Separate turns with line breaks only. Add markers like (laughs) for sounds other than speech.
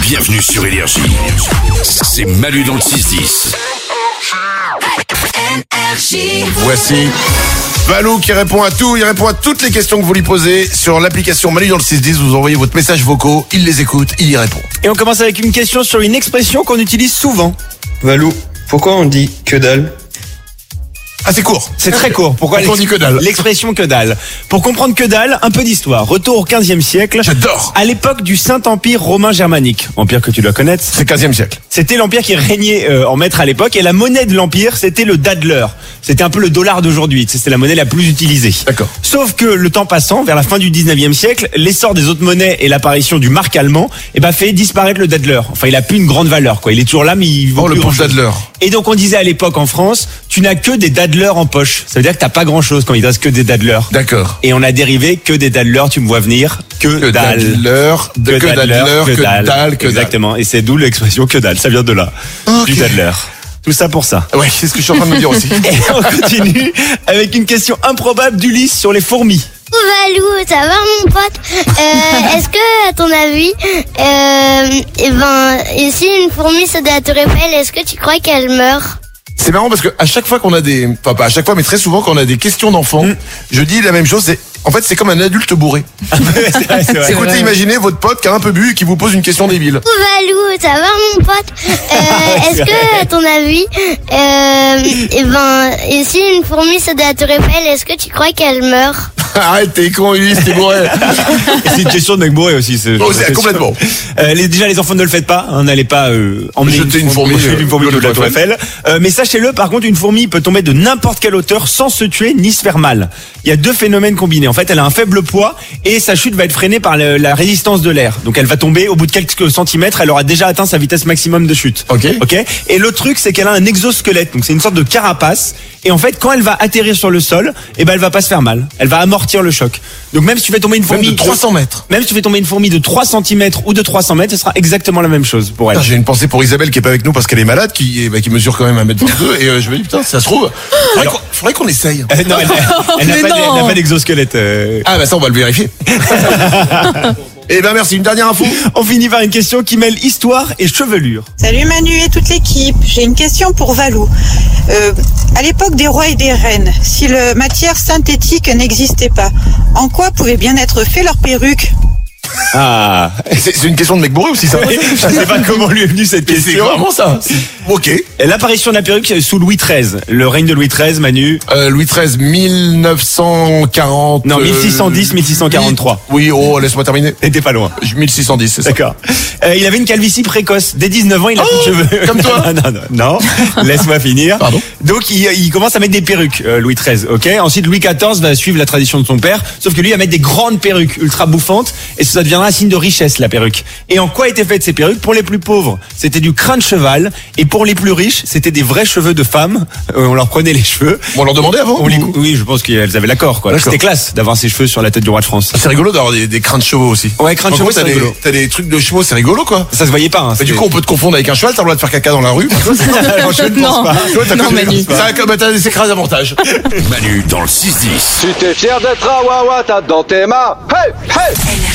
Bienvenue sur Énergie. C'est Malu dans le 6-10.
Voici Valou qui répond à tout, il répond à toutes les questions que vous lui posez sur l'application Manu dans le 610, vous envoyez votre message vocaux, il les écoute, il y répond.
Et on commence avec une question sur une expression qu'on utilise souvent.
Valou, pourquoi on dit que dalle
Ah c'est court
C'est très court. Pourquoi
Pourquoi on dit que dalle
L'expression que dalle. Pour comprendre que dalle, un peu d'histoire. Retour au 15e siècle.
J'adore.
À l'époque du Saint-Empire romain germanique, empire que tu dois connaître,
C'est 15e siècle.
c'était l'empire qui régnait euh, en maître à l'époque et la monnaie de l'empire, c'était le dadler. C'était un peu le dollar d'aujourd'hui, c'était la monnaie la plus utilisée.
D'accord.
Sauf que le temps passant, vers la fin du 19e siècle, l'essor des autres monnaies et l'apparition du marque allemand, eh ben fait disparaître le dadler. Enfin, il a plus une grande valeur quoi, il est toujours là mais il vaut
Oh le
plus
pauvre
grand-chose.
Dadler.
Et donc on disait à l'époque en France, tu n'as que des dadlers en poche. Ça veut dire que t'as pas grand chose quand il te reste que des dadlers.
D'accord.
Et on a dérivé que des dadlers, tu me vois venir, que,
Que
dalle.
Dadler, de- que Dadler, que
dalle.
dalle, que dalle.
Exactement. Et c'est d'où l'expression que dalle. Ça vient de là.
Ok.
Du dadler. Tout ça pour ça.
Ouais, c'est ce que je suis en train de me dire (laughs) aussi.
Et on continue avec une question improbable d'Ulysse sur les fourmis. (laughs)
Valou, ça va mon pote Euh, Est-ce que, à ton avis, euh, eh ben, et si une fourmi saute à la tour Eiffel, est-ce que tu crois qu'elle meurt
C'est marrant parce que à chaque fois qu'on a des, enfin pas à chaque fois, mais très souvent quand on a des questions d'enfants, je dis la même chose. C'est en fait c'est comme un adulte bourré.
c'est vrai, c'est vrai.
C'est écoutez, imaginez votre pote qui a un peu bu et qui vous pose une question (laughs) débile.
Valou, ça va mon pote Euh, Est-ce que, à ton avis, euh, eh ben, et si une fourmi saute à la tour Eiffel, est-ce que tu crois qu'elle meurt
Arrête, t'es con, Ulysse, t'es (laughs) bourré.
Et (laughs) C'est une question de mec bourré aussi. c'est-
Oh, c'est-
c'est sûr.
complètement.
Euh, les- déjà, les enfants ne le faites pas. hein, N'allez pas euh, emmener
Jeter une fourmi,
jeter une fourmi
euh,
de la
autour
Tour
de la
Eiffel. Euh, mais sachez-le, par contre, une fourmi peut tomber de n'importe quelle hauteur sans se tuer ni se faire mal. Il y a deux phénomènes combinés. En fait, elle a un faible poids et sa chute va être freinée par le- la résistance de l'air. Donc, elle va tomber au bout de quelques centimètres. Elle aura déjà atteint sa vitesse maximum de chute.
Ok.
Ok. Et le truc, c'est qu'elle a un exosquelette. Donc, c'est une sorte de carapace. Et en fait, quand elle va atterrir sur le sol, eh ben, elle va pas se faire mal. Elle va amortir le choc. Donc, même si tu fais tomber une
Même
fourmi
de 300 mètres.
même si tu fais tomber une fourmi de 3 cm ou de 300 mètres, ce sera exactement la même chose pour (laughs) elle.
Putain, J'ai une pensée pour Isabelle qui est pas avec nous parce qu'elle est malade, qui, est- bah, qui mesure quand même 1m22 et euh, je me dis putain, ça se trouve, faudrait qu'on- faudrait qu'on essaye.
Euh, (laughs) non, elle elle
Mais
n'a pas,
non.
elle n'a pas d'exosquelette. euh.
Ah bah ça on va le vérifier. (laughs) Eh ben merci, une dernière info.
On finit par une question qui mêle histoire et chevelure.
Salut Manu et toute l'équipe. J'ai une question pour Valou. Euh, à l'époque des rois et des reines, si le matière synthétique n'existait pas, en quoi pouvaient bien être faits leurs perruques
Ah,
C'est c'est une question de mec bourré aussi ça.
(laughs) je sais pas comment lui est venue cette
Et c'est
question.
vraiment
(laughs)
ça. (laughs) Ok.
Et L'apparition de la perruque sous Louis XIII, le règne de Louis XIII, Manu.
Euh, Louis XIII, 1940.
Non,
euh,
1610, 1643.
Oui, oh, laisse-moi terminer.
T'étais pas loin.
1610, c'est ça.
D'accord. Euh, il avait une calvitie précoce. Dès 19 ans, il a plus de cheveux.
Oh (laughs) comme toi.
(laughs) non, non, non. Non. Laisse-moi finir.
Pardon.
Donc, il, il commence à mettre des perruques, euh, Louis XIII. Ok. Ensuite, Louis XIV va suivre la tradition de son père. Sauf que lui, il va mettre des grandes perruques ultra bouffantes. Et ça deviendra un signe de richesse, la perruque. Et en quoi étaient faites ces perruques? Pour les plus pauvres, c'était du crâne de cheval. Et pour les plus riches, c'était des vrais cheveux de femmes. Euh, on leur prenait les cheveux.
On leur demandait avant
On les
ou-
cou- Oui, je pense qu'elles avaient l'accord, quoi.
D'accord.
C'était classe d'avoir ces cheveux sur la tête du roi de France.
C'est rigolo d'avoir des, des crins de chevaux aussi.
Ouais, crins de
En
chevaux,
gros, t'as
c'est
des-
rigolo.
T'as des trucs de chevaux, c'est rigolo quoi.
Ça se voyait pas, hein,
Mais Bah, du
c'était-
coup, on peut te confondre avec un cheval, t'as le droit de faire caca dans la
(laughs)
rue.
(laughs)
Alors, je ne pense
Non.
pas.
Ah, Toi, t'as
Non,
connu-
Manu.
Ça, comme t'as des écrases avantages.
Manu dans le 6-10.
Tu t'es fier d'être un Wawa, t'as dans tes mains. Hey, hey